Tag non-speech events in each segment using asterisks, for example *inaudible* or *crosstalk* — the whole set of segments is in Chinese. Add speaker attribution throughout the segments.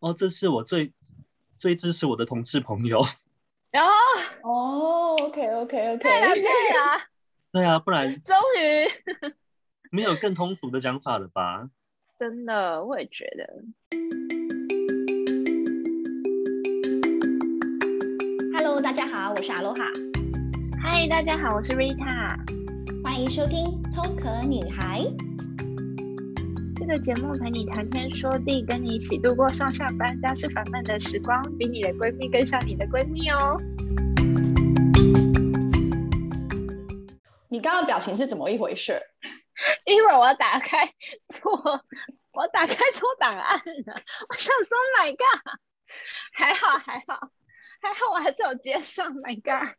Speaker 1: 哦，这是我最最支持我的同志朋友。 *laughs*
Speaker 2: 然后
Speaker 3: 哦，OK OK OK，
Speaker 2: 对了啊对 *laughs* 了，
Speaker 1: 对啊，不然
Speaker 2: 终于
Speaker 1: 没有更通俗的讲法了吧？
Speaker 2: 真的，我也觉得
Speaker 3: Hello，大家好，我是阿罗哈，
Speaker 2: 嗨，大家好，我是 Rita。
Speaker 3: 欢迎收听《偷壳女孩》。
Speaker 2: 这个节目陪你谈天说地，跟你一起度过上下班、家事烦闷的时光，比你的闺蜜更像你的闺蜜哦。
Speaker 3: 你刚刚表情是怎么一回事？
Speaker 2: 一会儿我打开错，我打开错档案了。 *laughs* 我想说，My，Oh God，还好还好还好，我还是有接上。My *laughs* God，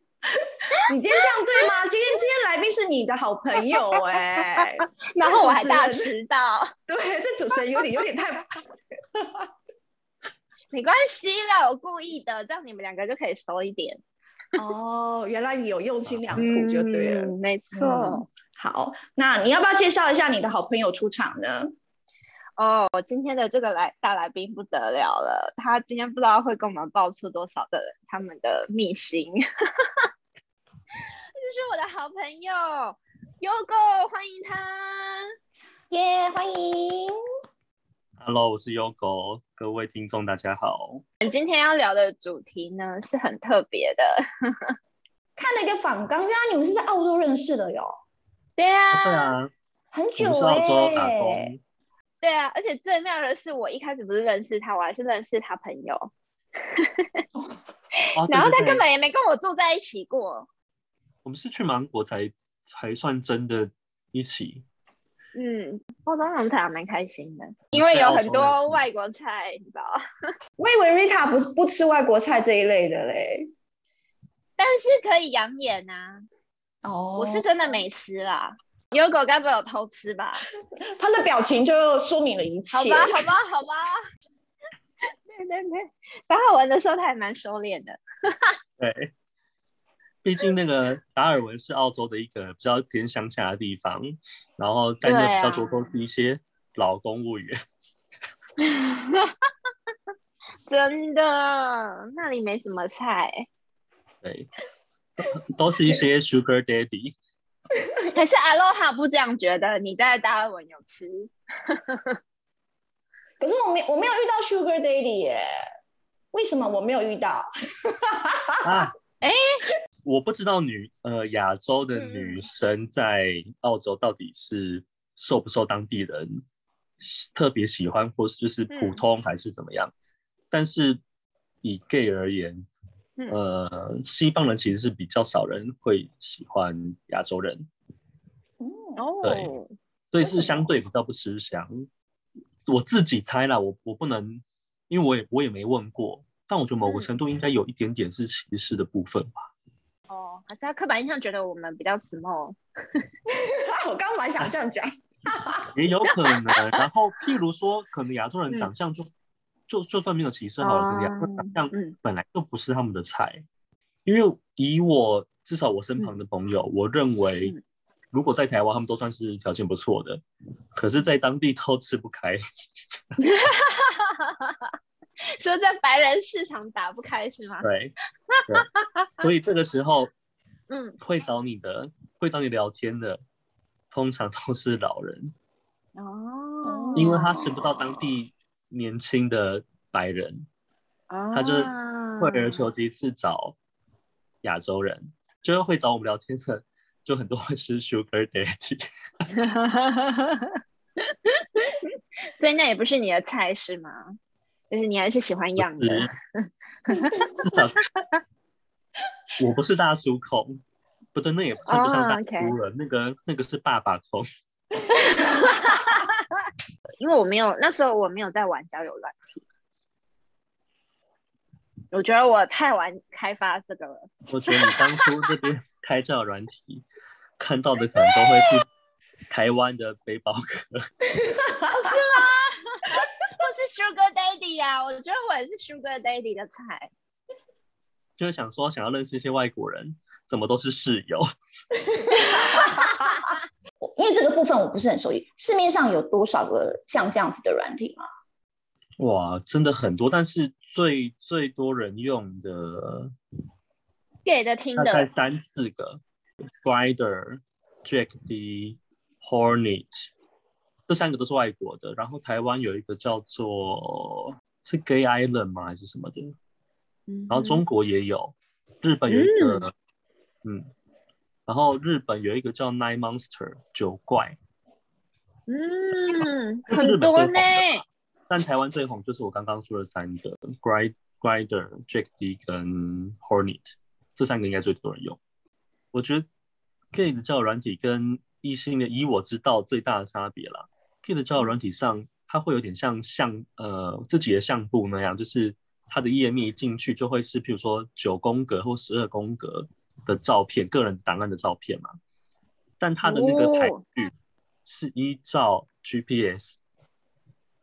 Speaker 3: 你今天这样对吗？今天今天来宾是你的好
Speaker 2: *laughs*
Speaker 3: 朋友哎、
Speaker 2: 然后我还大
Speaker 3: 主持
Speaker 2: 迟到，
Speaker 3: 对，这主持人有点有点太
Speaker 2: 没关系啦，我故意的，这样你们两个就可以熟一点。
Speaker 3: 哦，原来你有用心良苦就对了。
Speaker 2: 嗯没错。
Speaker 3: 嗯好，那你要不要介绍一下你的好朋友出场呢？
Speaker 2: 哦，今天的这个来大来宾不得了了，他今天不知道会跟我们爆出多少的人他们的秘辛。 *laughs* 这就是我的好朋友 Yogo，欢迎他。
Speaker 3: 耶、欢迎！
Speaker 1: Hello，我是 Yogo，各位听众大家好。
Speaker 2: 你今天要聊的主题呢是很特别的，
Speaker 3: 看了一个访纲，原来你们是在澳洲认识的哟，
Speaker 2: 对呀、
Speaker 1: 啊对啊，
Speaker 3: 很
Speaker 1: 我
Speaker 3: 久
Speaker 1: 们是
Speaker 3: 哎、
Speaker 1: 澳洲打工，
Speaker 2: 对啊，而且最妙的是，我一开始不是认识他，我还是认识他朋友，
Speaker 1: 哦、
Speaker 2: 然后
Speaker 1: 对对
Speaker 2: 他
Speaker 1: 对
Speaker 2: 根本也没跟我住在一起过。
Speaker 1: 我们是去芒果才才算真的一起。
Speaker 2: 嗯，澳洲农场还蛮开心的，因
Speaker 1: 啊
Speaker 2: 为有很多外国菜，你知道。
Speaker 3: 我以为 Rita 不是不吃外国菜这一类的嘞。
Speaker 2: 但是可以养眼啊，
Speaker 3: 哦
Speaker 2: 我是真的没吃啦。有狗该不会有偷吃吧？
Speaker 3: 他的表情就说明了一
Speaker 2: 好
Speaker 3: 切。
Speaker 2: 吧，好吧，好吧。 *laughs* 对对对，达尔文的时候他还蛮收敛的。
Speaker 1: 对，毕竟那个达尔文是澳洲的一个比较偏乡下的地方，然后在那比较多
Speaker 2: 对啊
Speaker 1: 都是一些老公务员。
Speaker 2: 真的，那里没什么菜， *laughs*
Speaker 1: 对， *laughs* 都是一些 Sugar Daddy。
Speaker 2: 可是阿罗哈不这样觉得。你在达尔文有吃？
Speaker 3: 可是我没我没有遇到 Sugar Daddy 耶，为什么我没有遇到？
Speaker 1: 啊，
Speaker 2: 哎
Speaker 1: 我不知道女呃亚洲的
Speaker 2: 嗯嗯
Speaker 1: 女生在澳洲到底是受不受当地人喜特别喜欢，或是就是普
Speaker 2: 嗯
Speaker 1: 通还是怎么样。但是以 gay 而言，
Speaker 2: 嗯
Speaker 1: 呃，西方人其实是比较少人会喜欢亚洲人，
Speaker 3: 嗯，
Speaker 1: 对
Speaker 2: 哦，
Speaker 1: 所以
Speaker 3: 为什
Speaker 1: 是
Speaker 3: 么
Speaker 1: 相对比较不吃香。我自己猜啦，我我不能，因为我也我也没问过，但我觉得某个
Speaker 2: 嗯
Speaker 1: 程度应该有一点点是歧视的部分吧。
Speaker 2: 哦，还是他刻板印象觉得我们比较 small。
Speaker 3: 我刚刚蛮想这
Speaker 2: *laughs*
Speaker 3: 样讲。
Speaker 1: 也有可能。然后，譬如说，可能亚洲人
Speaker 2: 嗯
Speaker 1: 长相就、就就算没有歧视好了，可能亚洲人 *laughs* 长相
Speaker 2: 哦嗯
Speaker 1: 本来就不是他们的菜。因为以我至少我身旁的朋友，我认为
Speaker 2: 嗯
Speaker 1: 如果在台湾，他们都算是条件不错的，可是，在当地都吃不开。
Speaker 2: 说在白人市场打不开是吗？
Speaker 1: 对，对所以这个时候
Speaker 2: 嗯，
Speaker 1: 会找你的，会找你聊天的，通常都是老人，
Speaker 2: 哦，
Speaker 1: 因为他吃不到当地年轻的白人。
Speaker 2: 他
Speaker 1: 就是
Speaker 2: 啊
Speaker 1: 退
Speaker 2: 嗯
Speaker 1: 而求其次找亚洲人，就是会找我们聊天的，就很多会是 Sugar
Speaker 2: *laughs*
Speaker 1: Daddy。
Speaker 2: *laughs* 所以那也不是你的菜是吗？就是你还是喜欢养的，
Speaker 1: 至少我不是大叔控，不对，那也称不上大
Speaker 2: 哦，OK
Speaker 1: 叔了，那个那个是爸爸控。
Speaker 2: 因为我没有那时候我没有在玩交友软体，我觉得我太晚开发这个了。
Speaker 1: 我觉得你当初这边开这软体看到的可能都会是台湾的背包客。
Speaker 2: 我是 Sugar Daddy 啊，我觉得我也是 Sugar Daddy 的菜。
Speaker 1: 就是想说想要认识一些外国人，怎么都是室友。
Speaker 3: 因为这个部分我不是很熟悉，市面上有多少个像这样子的软体吗？
Speaker 1: 哇，真的很多，但是最最多人用的
Speaker 2: 给的哦听
Speaker 1: 大概
Speaker 2: 的
Speaker 1: 三四个，Rider、Jack D、Hornet，这三个都是外国的。然后台湾有一个叫做是 Gay Island 吗还是什么的？
Speaker 2: 嗯
Speaker 1: 然后中国也有，日本有一个，嗯然后日本有一个叫 Nine Monster 九怪，
Speaker 2: 嗯
Speaker 1: 这是日本
Speaker 2: 很多
Speaker 1: 最红
Speaker 2: 呢
Speaker 1: 的，但台湾最红就是我刚刚说的三个 Grind Grinder、Jack D 跟 Hornet，这三个应该最多人用。我觉得 Gay 的交友软体跟异性的以我知道最大的差别啦，Gay 的交友软体上它会有点像相呃自己的相簿那样，就是它的页面一进去就会是譬如说九宫格或十二宫格的照片，个人档案的照片嘛，但它的那个排
Speaker 2: 哦
Speaker 1: 序是依照 GPS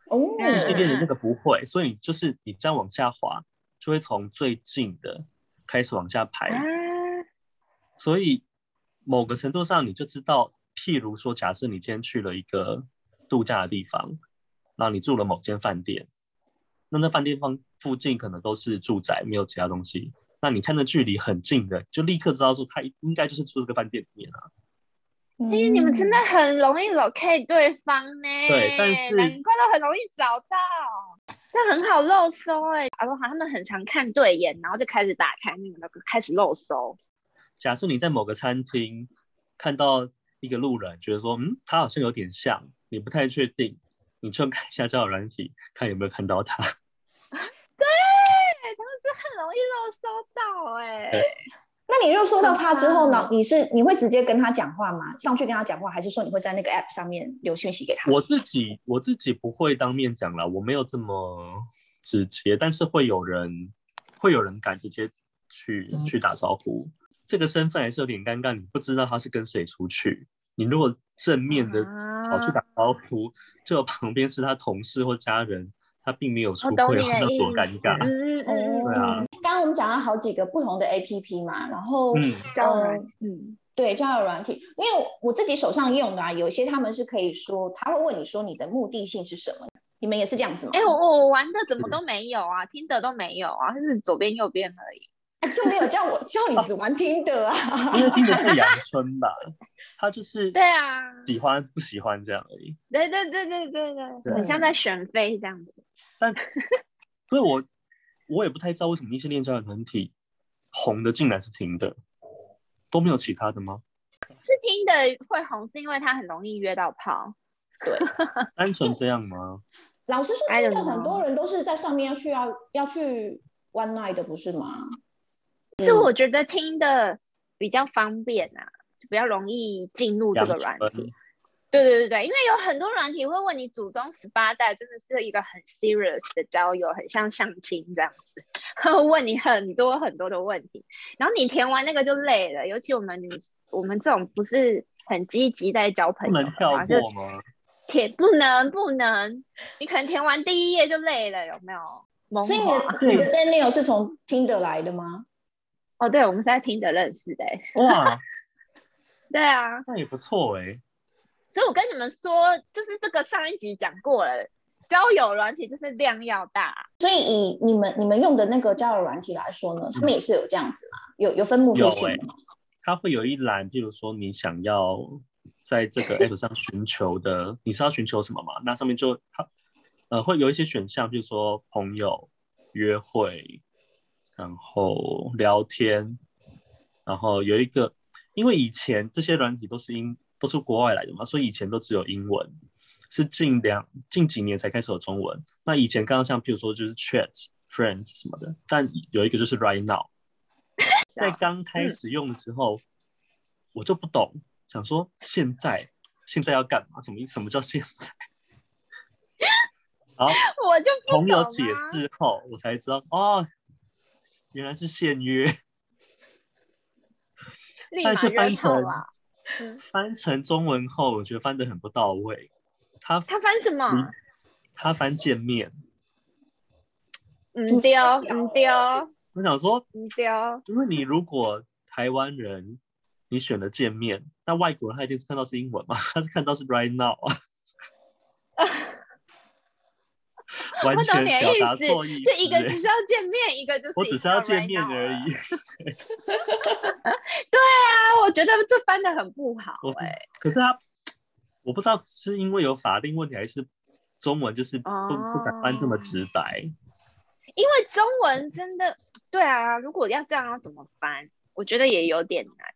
Speaker 3: 哦，
Speaker 2: 嗯
Speaker 1: 异性恋的那个不会，所以就是你这样往下滑，就会从最近的开始往下排，
Speaker 2: 啊，
Speaker 1: 所以某个程度上你就知道，譬如说，假设你今天去了一个度假的地方，然后你住了某间饭店，那那饭店方附近可能都是住宅，没有其他东西，那你看那距离很近的，就立刻知道说他应该就是住这个饭店里面啊。
Speaker 2: 因
Speaker 3: 因
Speaker 2: 为哎你们真的很容易 locate 对方呢，
Speaker 1: 嗯对但是
Speaker 2: 难怪都很容易找到，这很好漏搜哎、欸。啊，好像他们很常看对眼，然后就开始打开那个那个开始漏搜，
Speaker 1: 假设你在某个餐厅看到一个路人，觉得说，嗯，他好像有点像，你不太确定，你就看一下交友软体，看有没有看到
Speaker 2: *laughs*
Speaker 1: 他。
Speaker 2: 对，他们真的很容易漏搜到哎、
Speaker 1: 对
Speaker 3: 那你又收到他之后
Speaker 2: 很
Speaker 3: 呢
Speaker 2: 棒？
Speaker 3: 你是你会直接跟他讲话吗？上去跟他讲话，还是说你会在那个 app 上面留讯息给他？
Speaker 1: 我自己我自己不会当面讲啦，我没有这么直接，但是会有人会有人敢直接去
Speaker 2: 嗯
Speaker 1: 去打招呼。这个身份还是有点尴尬，你不知道他是跟谁出去。你如果正面
Speaker 2: 啊
Speaker 1: 的跑去打招呼，就旁边是他同事或家人，他并没有出
Speaker 2: 我懂
Speaker 1: 柜，
Speaker 2: 你的
Speaker 1: 那
Speaker 2: 意
Speaker 1: 多
Speaker 2: 思，
Speaker 1: 尴尬。
Speaker 2: 嗯嗯嗯
Speaker 1: 对啊
Speaker 3: 刚刚我们讲到好几个不同的 APP 嘛，然后
Speaker 1: 嗯，
Speaker 2: 交友软嗯，
Speaker 3: 对交友软体，因为我自己手上用的啊，有些他们是可以说，他会问你说你的目的性是什么，你们也是这样子吗？
Speaker 2: 哎、我我我玩的怎么都没有啊，听的都没有啊，就是左边右边而已。
Speaker 3: 就没有叫我叫
Speaker 2: 哦
Speaker 3: 你只玩听的
Speaker 1: 因为
Speaker 3: 啊。 *laughs*
Speaker 1: 听的是阳春吧，他就是
Speaker 2: 对啊，
Speaker 1: 喜欢不喜欢这样而已。
Speaker 2: 对对对对对对，
Speaker 1: 对
Speaker 2: 很像在选妃这样子。
Speaker 1: 但所以我我也不太知道为什么异性恋交友团体红的竟然是停的，都没有其他的吗？
Speaker 2: 是听的会红，是因为他很容易约到炮。
Speaker 3: 对，
Speaker 1: 单纯这样吗？
Speaker 3: 老实说，
Speaker 2: I
Speaker 3: 真
Speaker 2: don't
Speaker 3: 的很多人都是在上面要去要要去 one night 的，不是吗？
Speaker 2: 是
Speaker 1: 嗯
Speaker 2: 我觉得听的比较方便啊，就比较容易进入这个
Speaker 1: 阳
Speaker 2: 软
Speaker 1: 春
Speaker 2: 体。对对对对，因为有很多软体会问你祖宗十八代，真的是一个很 serious 的交友，很像相亲这样子，会问你很多很多的问题，然后你填完那个就累了，尤其我们女我们这种不是很积极在交朋
Speaker 1: 不
Speaker 2: 友的
Speaker 1: 能跳
Speaker 2: 话，就
Speaker 1: 过吗？
Speaker 2: 填不能不能，你可能填完第一页就累了，有没啊有？萌
Speaker 3: 嗯所以你
Speaker 2: 滑
Speaker 3: 的你的 Daniel 是从听的来的吗？
Speaker 2: 哦，对，我们是在听的认识的欸、
Speaker 1: 哇，
Speaker 2: 对啊，
Speaker 1: 那也不错哎、
Speaker 2: 所以我跟你们说，就是这个上一集讲过了，交友软体就是量要大，
Speaker 3: 所以以你们你们用的那个交友软体来说呢，他
Speaker 1: 嗯
Speaker 3: 们也是有这样子嘛，有有分目的性
Speaker 1: 欸
Speaker 3: 的吗？
Speaker 1: 它会有一栏，譬如说你想要在这个 app 上寻求的，你是要寻求什么嘛？那上面就它呃会有一些选项，譬如说朋友、约会，然后聊天，然后有一个，因为以前这些软体都是英都是国外来的嘛，所以以前都只有英文，是近两近几年才开始有中文。那以前刚刚像譬如说就是 Chat、Friends 什么的，但有一个就是 Right Now。在刚
Speaker 2: 嗯
Speaker 1: 开始用的时候，我就不懂，想说现在现在要干嘛？什么意什么叫
Speaker 2: *laughs*
Speaker 1: 现在？然后
Speaker 2: 我就不
Speaker 1: 朋
Speaker 2: 懂
Speaker 1: 友
Speaker 2: 啊
Speaker 1: 解释后，我才知道哦，原来是限约， *laughs*
Speaker 2: 立马啊
Speaker 1: 但是
Speaker 2: 约
Speaker 1: 翻
Speaker 2: 炮
Speaker 1: 成
Speaker 2: 吧。
Speaker 1: 翻成中文后，我觉得翻的很不到位。他
Speaker 2: 他翻什么？
Speaker 1: 他翻见面，
Speaker 2: 嗯丢嗯丢
Speaker 1: 我想说
Speaker 2: 嗯丢，
Speaker 1: 因为你如果台湾人，你选了见面，那外国人他一定是看到
Speaker 2: *laughs*
Speaker 1: 是英文嘛，他是看到是 right now 啊。完
Speaker 2: 我懂
Speaker 1: 全
Speaker 2: 你的
Speaker 1: 表达
Speaker 2: 意思
Speaker 1: 错意，
Speaker 2: 就一个
Speaker 1: 欸
Speaker 2: 只是要见面，一个就是
Speaker 1: 我只是要
Speaker 2: it's not
Speaker 1: 见
Speaker 2: right
Speaker 1: 面
Speaker 2: now
Speaker 1: 而
Speaker 2: 了
Speaker 1: *laughs* 已。
Speaker 2: 啊，我觉得这翻的很不好
Speaker 1: 我
Speaker 2: 哎、
Speaker 1: 可是他，我不知道是因为有法令问题，还是中文就是不、
Speaker 2: 哦
Speaker 1: 不敢翻这么直白。
Speaker 2: 因为中文真的对啊，如果要这样要怎么翻，我觉得也有点难，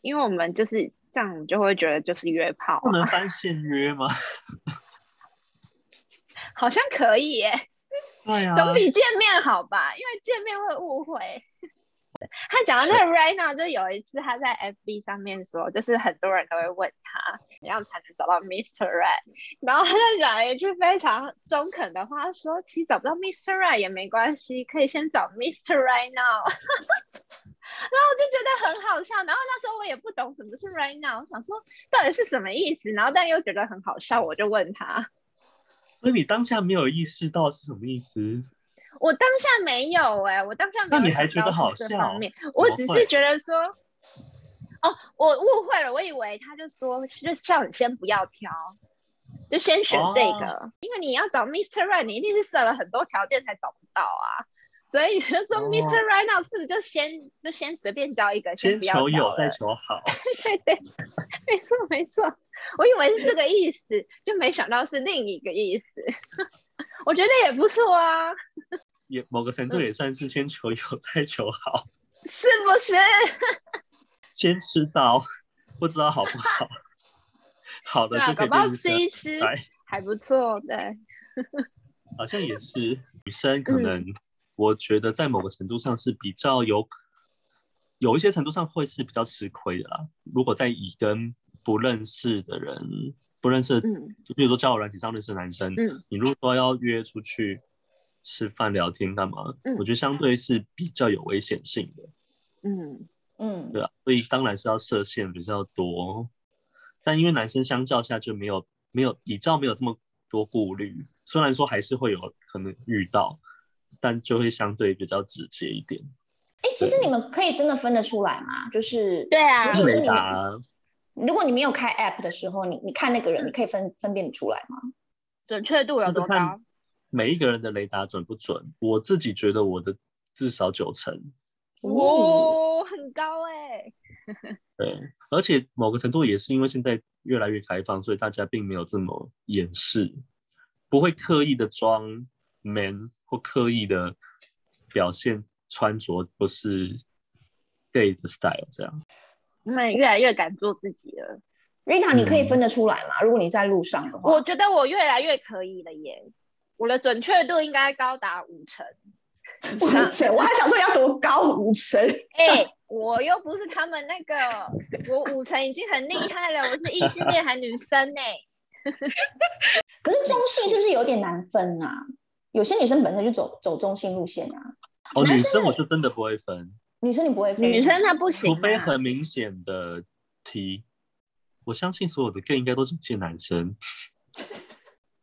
Speaker 2: 因为我们就是这样，我就会觉得就是约炮
Speaker 1: 不
Speaker 2: 啊、
Speaker 1: 能翻现约吗？ *laughs*
Speaker 2: 好像可以耶、
Speaker 1: 对啊，
Speaker 2: 总比见面好吧，因为见面会误会。他讲到这个 right now，就有一次他在 FB 上面说，就是很多人都会问他怎样才能找到 Mr. Right，然后他就讲了一句非常中肯的话，他说其实找不到 Mr. Right 也没关系，可以先找 Mr. Right now。然后我就觉得很好笑，然后那时候我也不懂什么是 right now，我想说到底是什么意思，然后但又觉得很好笑，我就问他，
Speaker 1: 所以你当下没有意识到是什么意思？
Speaker 2: 我当下没有哎、我当下没有。
Speaker 1: 那你还觉得好笑
Speaker 2: 这方面，我只是觉得说，哦，我误会了，我以为他就说，就叫你先不要挑，就先选这个，
Speaker 1: 哦
Speaker 2: 因为你要找 Mr. Right，你一定是设了很多条件才找不到啊。所以就说
Speaker 1: 哦
Speaker 2: Mr. Right now 是不是就先就先随便交一个，
Speaker 1: 先
Speaker 2: 不要挑
Speaker 1: 求有，再
Speaker 2: 了
Speaker 1: 求好。
Speaker 2: 对对，没错没错，我以为是这个意思，就没想到是另一个意思。 *laughs* 我觉得也不错啊，
Speaker 1: 也某个程
Speaker 2: 嗯
Speaker 1: 度也算是先求有再求好，
Speaker 2: 是不是？
Speaker 1: 先吃到不知道好不好， *laughs* 好的
Speaker 2: 对啊，
Speaker 1: 就可
Speaker 2: 搞
Speaker 1: 以
Speaker 2: 不好
Speaker 1: 变
Speaker 2: 吃
Speaker 1: 成
Speaker 2: 一吃
Speaker 1: 来
Speaker 2: 还不错，对，
Speaker 1: 好像也是女生
Speaker 2: 嗯
Speaker 1: 可能，我觉得在某个程度上是比较有，有一些程度上会是比较吃亏的啦。如果在以跟不认识的人，不认识，
Speaker 2: 嗯
Speaker 1: 比如说交友软体上认识的男生，
Speaker 2: 嗯
Speaker 1: 你如果说要约出去吃饭聊天干嘛，
Speaker 2: 嗯
Speaker 1: 我觉得相对是比较有危险性的。
Speaker 2: 嗯，
Speaker 3: 嗯
Speaker 1: 对啊，所以当然是要设限比较多，但因为男生相较下就没有没有比较没有这么多顾虑，虽然说还是会有可能遇到，但就会相对比较直接一点。
Speaker 3: 哎，其实你们可以真的分得出来吗？嗯就是
Speaker 2: 对啊
Speaker 3: 如果是
Speaker 1: 雷
Speaker 3: 你
Speaker 1: 达
Speaker 3: 如果你没有开 app 的时候，你你看那个人，你可以分分辨得出来吗？
Speaker 2: 准确度有
Speaker 1: 就是
Speaker 2: 多
Speaker 1: 看
Speaker 2: 高？
Speaker 1: 每一个人的雷达准不准，我自己觉得我的至少九成，
Speaker 2: 哇、
Speaker 3: 哦，
Speaker 2: 很高哎、
Speaker 1: 对，而且某个程度也是因为现在越来越开放，所以大家并没有这么掩饰，不会刻意的装 man 或刻意的表现穿着不是 gay 的 style 这样。
Speaker 2: 你们越来越敢做自己了，
Speaker 3: 瑞塔，你可以分得出来吗？如果你在路上的话，
Speaker 2: 我觉得我越来越可以了耶，我的准确度应该高达
Speaker 1: *laughs*
Speaker 2: 五成以
Speaker 3: 五
Speaker 2: 上。
Speaker 3: 成，我还想说要多高五成，
Speaker 2: 哎、我又不是他们那个，我五成已经很厉害了，我是异性恋还女生欸呢、
Speaker 1: *laughs*
Speaker 3: 可是中
Speaker 2: 嗯
Speaker 3: 性是不是有点难分啊？有些女生本身就走走中性路线啊，
Speaker 1: 哦，
Speaker 3: 男
Speaker 1: 女
Speaker 3: 生
Speaker 1: 生我就真的不会分，
Speaker 3: 女生你不会分，
Speaker 2: 女生她不行、
Speaker 1: 嗯除
Speaker 2: 啊，
Speaker 1: 非很明显的 T。我相信所有的 gay 应该都是见男生，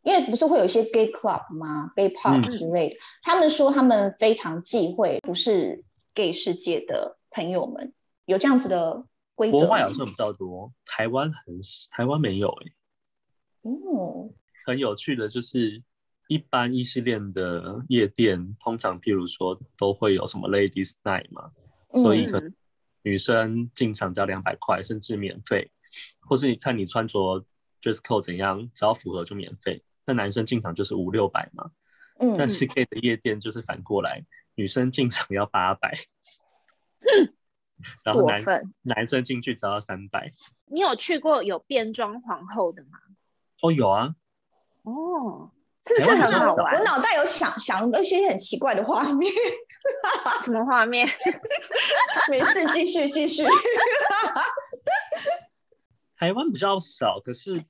Speaker 3: 因为不是会有一些 gay club 吗？gay pub
Speaker 1: 嗯
Speaker 3: 之类的，他们说他们非常忌讳不是 gay 世界的朋友们，有这样子的规
Speaker 1: 国
Speaker 3: 则
Speaker 1: 外
Speaker 3: 吗
Speaker 1: 好？像比较多，台湾很台湾没有诶、欸
Speaker 3: 哦，
Speaker 1: 很有趣的就是，一般异性恋的夜店，通常譬如说都会有什么 Ladies Night 嘛，所
Speaker 3: 嗯
Speaker 1: 以
Speaker 2: 嗯
Speaker 1: 可能女生进场只要两百块，甚至免费，或是你看你穿着 dress code 怎样，只要符合就免费。那男生进场就是五六百嘛，
Speaker 3: 嗯，
Speaker 1: 但是 gay 的夜店就是反过来，女生进场要八百， *laughs* 然后
Speaker 2: 嗯过
Speaker 1: 男
Speaker 2: 分。
Speaker 1: 男生进去只要三百。
Speaker 2: 你有去过有变装皇后的吗？
Speaker 1: 哦，有啊，
Speaker 2: 哦，是不
Speaker 1: 台湾
Speaker 2: 是很
Speaker 1: 比较
Speaker 2: 好
Speaker 1: 少
Speaker 2: 玩
Speaker 3: 我？脑袋有想想一些很奇怪的画面，
Speaker 2: 什么画面？
Speaker 3: 没事，继续继续。 *laughs*
Speaker 1: 台湾比较少，可是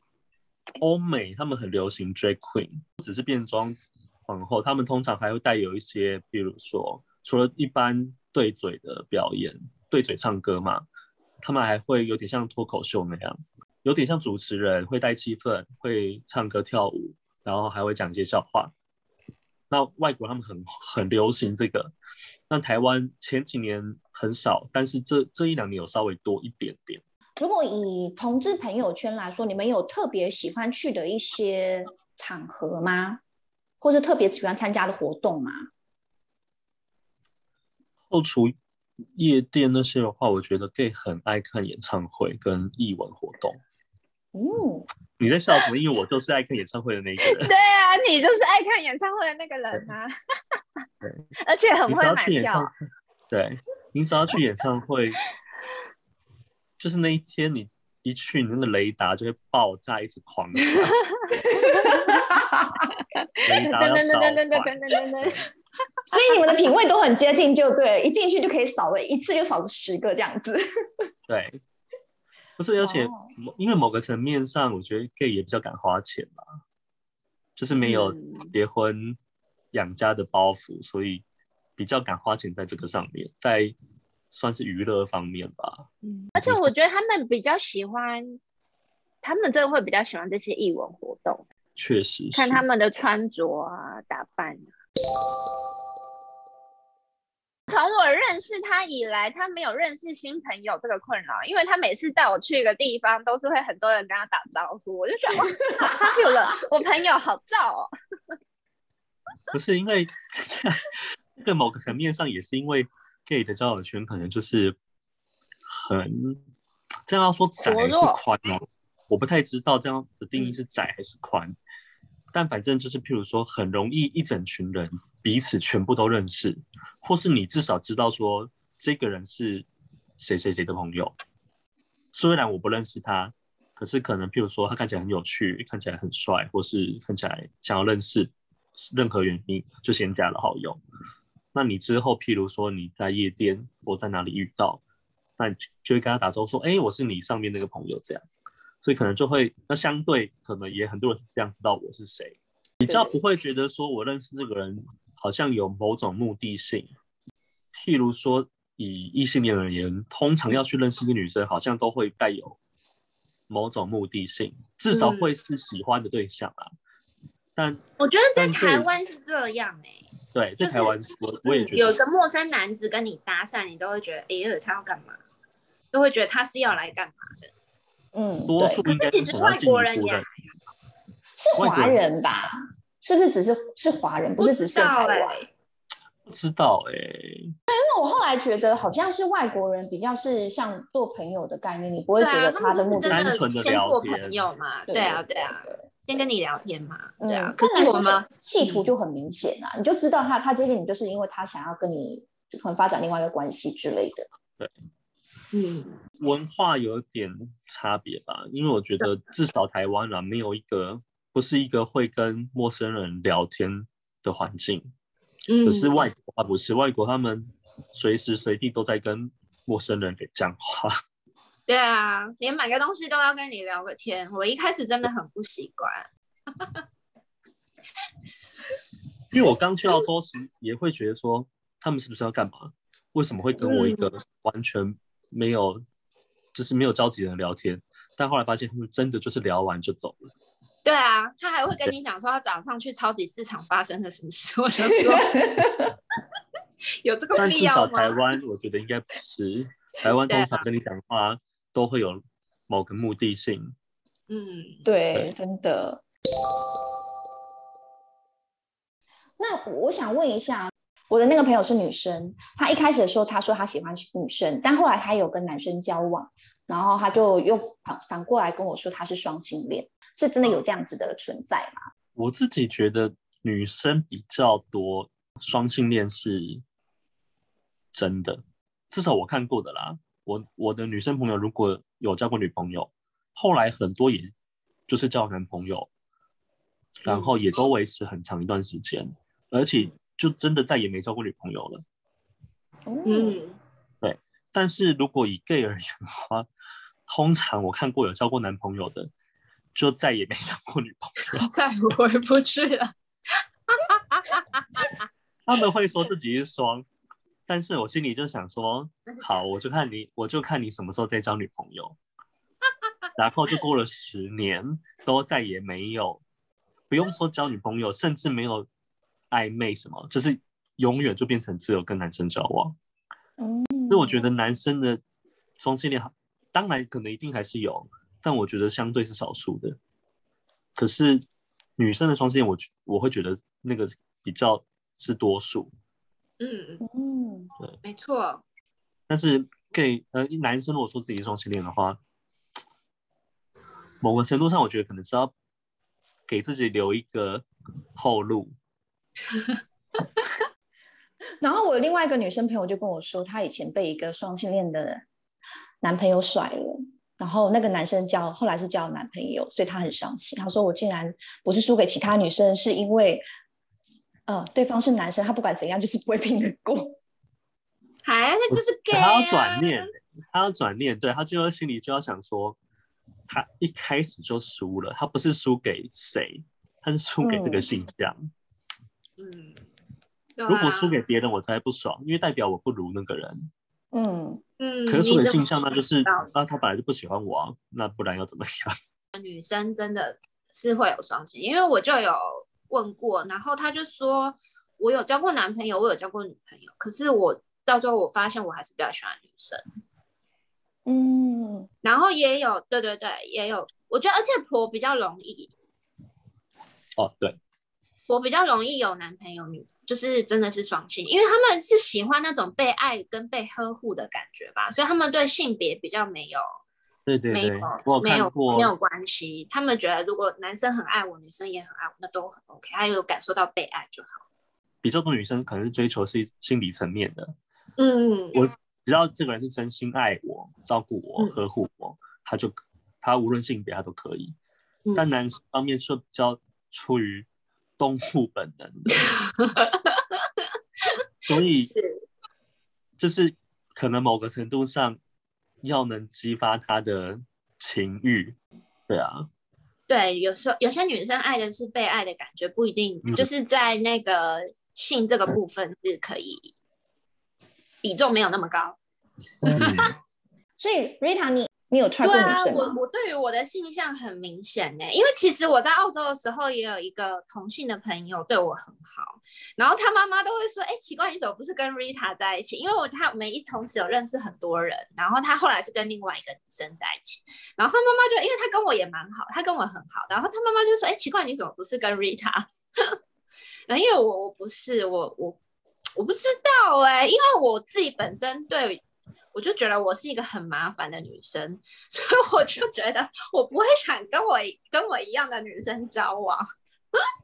Speaker 1: 欧美他们很流行 drag queen，不只是变装皇后，他们通常还会带有一些，比如说除了一般对嘴的表演，对嘴唱歌嘛，他们还会有点像脱口秀那样，有点像主持人会带气氛，会唱歌跳舞，然后还会讲一些笑话。那外国他们很很流行这个，那台湾前几年很少，但是这这一两年有稍微多一点点。
Speaker 3: 如果以同志朋友圈来说，你们有特别喜欢去的一些场合吗？或是特别喜欢参加的活动吗？
Speaker 1: 扣除夜店那些的话，我觉得 gay 很爱看演唱会跟艺文活动。
Speaker 3: 嗯，
Speaker 1: 你在笑什么？因为我就是爱看演唱会的那一个人。
Speaker 2: *laughs* 对啊，你就是爱看演唱会的那个人啊
Speaker 1: 对，
Speaker 2: *laughs* 而且 *laughs* 很
Speaker 1: 你只
Speaker 2: 会
Speaker 1: 要
Speaker 2: 买
Speaker 1: 去演唱
Speaker 2: 票。
Speaker 1: 会，对你只要去演唱会，就是那一天你一去，你那个雷达就会爆炸，一直
Speaker 2: *laughs*
Speaker 1: 狂炸雷达
Speaker 2: 噔
Speaker 1: 要
Speaker 2: 噔
Speaker 1: 烧
Speaker 2: 噔噔噔
Speaker 1: 坏
Speaker 2: 噔噔噔噔，
Speaker 3: 所以你们的品味都很接近，就对了，一进去就可以扫了一次就扫十个这样子。
Speaker 1: 对，不是，而且
Speaker 3: 哦
Speaker 1: 某因为某个层面上，我觉得 gay 也比较敢花钱吧，就是没有
Speaker 2: 嗯
Speaker 1: 结婚养家的包袱，所以比较敢花钱在这个上面，在算是娱乐方面吧。
Speaker 2: 嗯而且我觉得他们比较喜欢，他们真的会比较喜欢这些艺文活动，
Speaker 1: 确实是，
Speaker 2: 看他们的穿着啊、打扮啊。从我认识他以来，他没有认识新朋友这个困扰，因为他每次带我去一个地方，都是会很多人跟他打招呼，我就觉得哇，好 c u 了，我朋友好燥哦。
Speaker 1: 不是因为这个某个层面上，也是因为 gay 的交友圈可能就是很这样要说窄
Speaker 2: 薄
Speaker 1: 还是
Speaker 2: 弱
Speaker 1: 宽哦，我不太知道这样的定义
Speaker 3: 嗯
Speaker 1: 是窄还是宽，但反正就是譬如说，很容易一整群人彼此全部都认识，或是你至少知道说这个人是谁谁谁的朋友，虽然我不认识他。可是可能，譬如说他看起来很有趣，看起来很帅，或是看起来想要认识，任何原因就先加了好友。那你之后，譬如说你在夜店或在哪里遇到，那你就会跟他打招呼说：“哎、我是你上面那个朋友。”这样，所以可能就会那相对可能也很多人是这样知道我是谁，比较不会觉得说我认识这个人好像有某种目的性。譬如说以异性恋而言，通常要去认识一个女生，好像都会带有某种目的性，至少
Speaker 4: 嗯
Speaker 1: 会是喜欢的对象啊。但
Speaker 4: 我觉得在
Speaker 1: 但是
Speaker 4: 台湾是这样哎、
Speaker 1: 对，在
Speaker 4: 就
Speaker 1: 台
Speaker 4: 是
Speaker 1: 湾是我我也觉
Speaker 4: 有
Speaker 1: 得
Speaker 4: 一
Speaker 1: 是，
Speaker 4: 个陌生男子跟你搭讪，你都会觉得，哎、呦，他要干嘛？都会觉得他是要来干嘛？
Speaker 3: 嗯，
Speaker 1: 多
Speaker 3: 对
Speaker 1: 数
Speaker 4: 可
Speaker 1: 应该
Speaker 4: 是其实
Speaker 1: 想要
Speaker 4: 外
Speaker 1: 进一
Speaker 4: 国人
Speaker 1: 步
Speaker 4: 也
Speaker 1: 认
Speaker 3: 是
Speaker 1: 外
Speaker 3: 华
Speaker 1: 国人
Speaker 3: 人吧？是不是只是是华人，不是只
Speaker 4: 知
Speaker 3: 是台
Speaker 4: 道
Speaker 3: 湾？
Speaker 4: 哎、
Speaker 1: 不知道哎、
Speaker 3: 那我后来觉得好像是外国人比较是像做朋友的概念，你不会
Speaker 4: 对
Speaker 3: 觉
Speaker 4: 啊
Speaker 3: 得，
Speaker 4: 他
Speaker 3: 的
Speaker 4: 们
Speaker 3: 目
Speaker 4: 不是
Speaker 3: 的
Speaker 1: 单
Speaker 4: 真
Speaker 1: 纯地
Speaker 4: 的先
Speaker 1: 聊
Speaker 4: 做
Speaker 1: 天
Speaker 4: 朋友嘛？对啊，对啊，，先跟你聊天嘛，对啊。可
Speaker 3: 看来
Speaker 4: 是我们嗯
Speaker 3: 企图就很明显啊，你就知道他他接近你，就是因为他想要跟你就可能发展另外一个关系之类的。
Speaker 4: 嗯，
Speaker 1: 文化有点差别吧，因为我觉得至少台湾啊，没有一个不是一个会跟陌生人聊天的环境。可
Speaker 4: 嗯
Speaker 1: 是外国啊，不是外国，他们随时随地都在跟陌生人给讲话。 *laughs*
Speaker 4: 对啊，连买个东西都要跟你聊个天。我一开始真的很不习惯，
Speaker 1: 因为我刚去澳洲时也会觉得说，他们是不是要干嘛？为什么会跟我一个完全没有，就是没有交集的人聊天？但后来发现他们真的就是聊完就走了。
Speaker 4: 对啊，他还会跟你讲说他早上去超级市场发生了什么事，我就说
Speaker 3: *laughs*
Speaker 4: 有这个
Speaker 1: *laughs* 但至
Speaker 4: 必要
Speaker 1: 少
Speaker 4: 吗
Speaker 1: 台？湾，我觉得应该不
Speaker 4: *laughs*
Speaker 1: 是。台湾
Speaker 4: 对
Speaker 1: 通
Speaker 4: 啊
Speaker 1: 常跟你讲话都会有某个目的性。
Speaker 4: 嗯，
Speaker 3: 对
Speaker 1: 对，
Speaker 3: 真的。那我想问一下，我的那个朋友是女生，她一开始的时候她说她喜欢女生，但后来她有跟男生交往，然后她就又反反过来跟我说她是双性恋，是
Speaker 1: 嗯
Speaker 3: 真的有这样子的存在吗？
Speaker 1: 我自己觉得女生比较多，双性恋是真的，至少我看过的啦。我我的女生朋友如果有交过女朋友，后来很多也就是交男朋友，
Speaker 4: 嗯
Speaker 1: 然后也都维持很长一段时间，而且就真的再也没交过女朋友了。
Speaker 3: 嗯，
Speaker 4: 嗯，
Speaker 1: 但是如果以 gay 而言的话，通常我看过有交过男朋友的，就再也没交过女朋友。
Speaker 4: 再回不去了。
Speaker 1: 他们会说自己是双，但是我心里就想说，好，我就看你，我就看你什么时候再交女朋友。然后就过了十年，都再也没有，不用说交女朋友，甚至没有暧昧什么，就是永远就变成只有跟男生交往。
Speaker 3: 嗯
Speaker 1: 所以我觉得男生的双性恋，当然可能一定还是有，但我觉得相对是少数的。可是女生的双性恋我觉，我会觉得那个比较是多数，
Speaker 2: *laughs* 嗯，嗯
Speaker 3: 嗯，
Speaker 2: 没错，
Speaker 1: 但是 gay 呃男生如果说自己是双性恋的话，某个程度上我觉得可能是要给自己留一个后路，
Speaker 3: 然后我另外一个女生朋友就跟我说，她以前被一个双性恋的男朋友甩了，然后那个男生交后来是交了男朋友，所以她很伤心。她说我竟然不是输给其他女生，是因为呃对方是男生，他不管怎样就是不会拼得过。
Speaker 2: 还那就是 gay，、啊、
Speaker 1: 他要转念，他要转念，对他就要心里就要想说，他一开始就输了，他不是输给谁，他是输给这个
Speaker 3: 嗯
Speaker 1: 性向。
Speaker 2: 嗯，对啊
Speaker 1: 如果输给，别人，我才不爽，因为代表我不如那个人。
Speaker 3: 嗯，
Speaker 2: 嗯，
Speaker 1: 可是输
Speaker 2: 你
Speaker 1: 给
Speaker 2: 这么
Speaker 1: 性向，那就是嗯
Speaker 2: 道理
Speaker 1: 那他本来就不喜欢我、啊，那不然要怎么样？
Speaker 2: 女生真的是会有双性，因为我就有问过，然后他就说我有交过男朋友，我有交过女朋友，可是我到最后我发现我还是比较喜欢女生，
Speaker 3: 嗯，
Speaker 2: 然后也有，对对对，也有，我觉得而且婆比较容易，
Speaker 1: 哦，对，
Speaker 2: 我比较容易有男朋友女，就是真的是双性，因为他们是喜欢那种被爱跟被呵护的感觉吧，所以他们对性别比较没有
Speaker 1: 对对
Speaker 2: 没有
Speaker 1: 对，我有
Speaker 2: 没
Speaker 1: 看
Speaker 2: 有
Speaker 1: 过
Speaker 2: 没，有关系，他们觉得如果男生很爱我，女生也很爱我，那都很 OK，他有感受到被爱就好。
Speaker 1: 比较多女生可能是追求是心理层面的，
Speaker 2: 嗯，
Speaker 1: 我只要这个人是真心爱我、照顾我、
Speaker 2: 嗯
Speaker 1: 呵护我，他就他无论性别他都可以。
Speaker 2: 嗯
Speaker 1: 但男生方面就比较出于动物本能的，
Speaker 2: *laughs*
Speaker 1: 所以
Speaker 2: 是
Speaker 1: 就是可能某个程度上要能激发他的情欲，对啊，
Speaker 2: 对，有时候有些女生爱的是被爱的感觉，不一定、
Speaker 1: 嗯
Speaker 2: 就是在那个性这个部分是可以比重没有那么高。
Speaker 3: 所以 Rita，你你有 try
Speaker 2: 对
Speaker 3: 过
Speaker 2: 啊
Speaker 3: 女，生
Speaker 2: 我
Speaker 3: 吗？
Speaker 2: 我对于我的性向很明显呢、因为其实我在澳洲的时候也有一个同性的朋友对我很好，然后他妈妈都会说，哎、奇怪你怎么不是跟 Rita 在一起？因为我他我们一同时有认识很多人，然后他后来是跟另外一个女生在一起，然后他妈妈就因为他跟我也蛮好，他跟我很好，然后他妈妈就说，哎、奇怪你怎么不是跟 Rita？然后因为我我不是我我我不知道哎、因为我自己本身对。我就觉得我是一个很麻烦的女生，所以我就觉得我不会想跟我跟我一样的女生交往。 *laughs*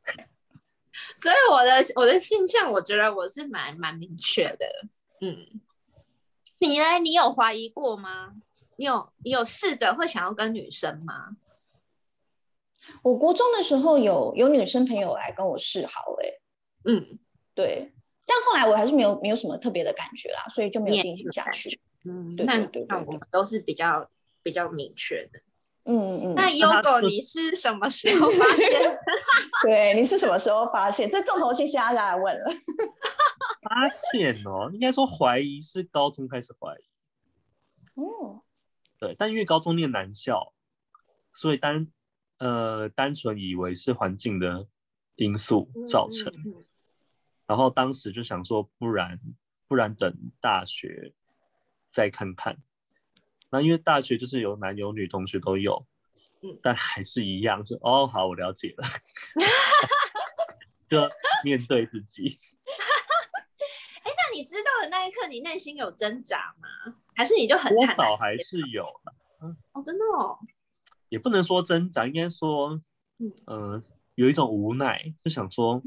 Speaker 2: 所以我的我的性向，我觉得我是蛮蛮明确的。嗯，你呢？你有怀疑过吗？你有你有试着会想要跟女生吗？
Speaker 3: 我国中的时候有有女生朋友来跟我示好、欸，哎，
Speaker 2: 嗯
Speaker 3: 对，但后来我还是没有没有什么特别的感觉啦，所以就没
Speaker 2: 你也
Speaker 3: 有进行
Speaker 2: 没有
Speaker 3: 下
Speaker 2: 感
Speaker 3: 去。
Speaker 2: 嗯，
Speaker 3: 对
Speaker 2: 那
Speaker 3: 对对
Speaker 2: 那
Speaker 3: 对
Speaker 2: 我们都是比较比较明确的。
Speaker 3: 嗯嗯，
Speaker 2: 那
Speaker 3: 嗯，
Speaker 1: 那他
Speaker 2: Yogo，
Speaker 1: 就是
Speaker 2: 你是什么时候
Speaker 3: *laughs*
Speaker 2: 发现？
Speaker 3: 对，你是什么时候发现？这重头戏现在来问了。
Speaker 1: *laughs* 发现哦，应该说怀疑是高中开始怀疑，
Speaker 3: 哦，
Speaker 1: 对，但因为高中念男校，所以单呃单纯以为是环境的因素造成，
Speaker 2: 嗯嗯
Speaker 1: 然后当时就想说，不然不然等大学再看看。那因为大学就是有男有女同学都有，
Speaker 2: 嗯
Speaker 1: 但还是一样，就哦好，我了解
Speaker 2: *laughs*
Speaker 1: 了， *laughs* 就面对自己。
Speaker 2: 那你知道的那一刻，你内心有挣扎吗？还是你就很
Speaker 1: 多
Speaker 2: 坦
Speaker 1: 少
Speaker 2: 然？
Speaker 1: 还是有，
Speaker 2: 哦，真的哦，
Speaker 1: 也不能说挣扎，应该说，
Speaker 2: 嗯
Speaker 1: 嗯、有一种无奈，就想说，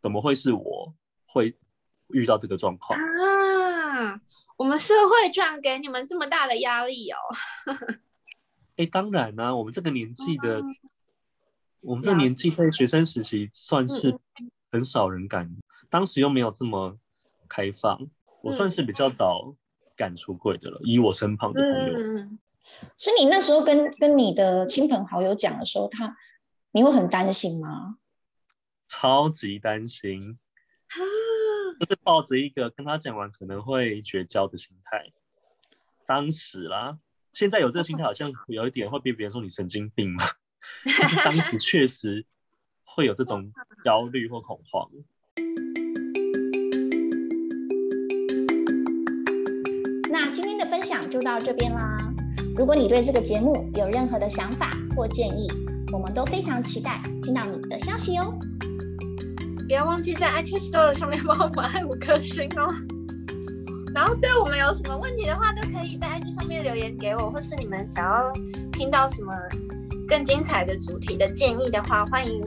Speaker 1: 怎么会是我会遇到这个状况？
Speaker 2: 啊，我们社会居然给你们这么大的压力哦！
Speaker 1: 哎，当然呢、我们这个年纪的，
Speaker 2: 嗯
Speaker 1: 我们这个年纪
Speaker 2: 了
Speaker 1: 在学生时期算是
Speaker 2: 嗯
Speaker 1: 很少人敢，当时又没有这么开放，我
Speaker 2: 嗯
Speaker 1: 算是比较早敢出柜的了。以我身旁的朋友，
Speaker 2: 嗯，
Speaker 3: 所以你那时候跟跟你的亲朋好友讲的时候，他你会很担心吗？
Speaker 1: 超级担心，
Speaker 2: 啊，
Speaker 1: 就是抱着一个跟他讲完可能会绝交的心态。当时啦，现在有这个心态，好像有一点会被别人说你神经病嘛。 *laughs* 但是当时确实会有这种焦虑或恐慌。
Speaker 3: 那今天的分享就到这边啦。如果你对这个节目有任何的想法或建议，我们都非常期待听到你的消息哦。
Speaker 2: 别忘记在 iTunes Store 上面帮我们按五颗星哦。然后对我们有什么问题的话，都可以在 IG 上面留言给我，或是你们想要听到什么更精彩的主题的建议的话，欢迎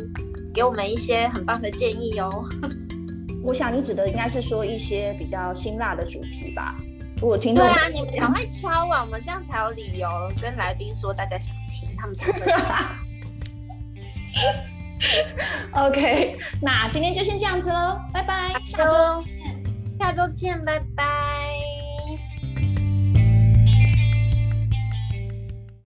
Speaker 2: 给我们一些很棒的建议哦。
Speaker 3: 我想你指的应该是说一些比较辛辣的主题吧？如果听
Speaker 2: 对
Speaker 3: 众
Speaker 2: 啊，你们
Speaker 3: *laughs*
Speaker 2: 赶快敲啊，我们这样才有理由跟来宾说大家想听，他们才会听。
Speaker 3: OK，那今天就先这样子喽，拜拜，下周。
Speaker 2: 下周见，拜拜。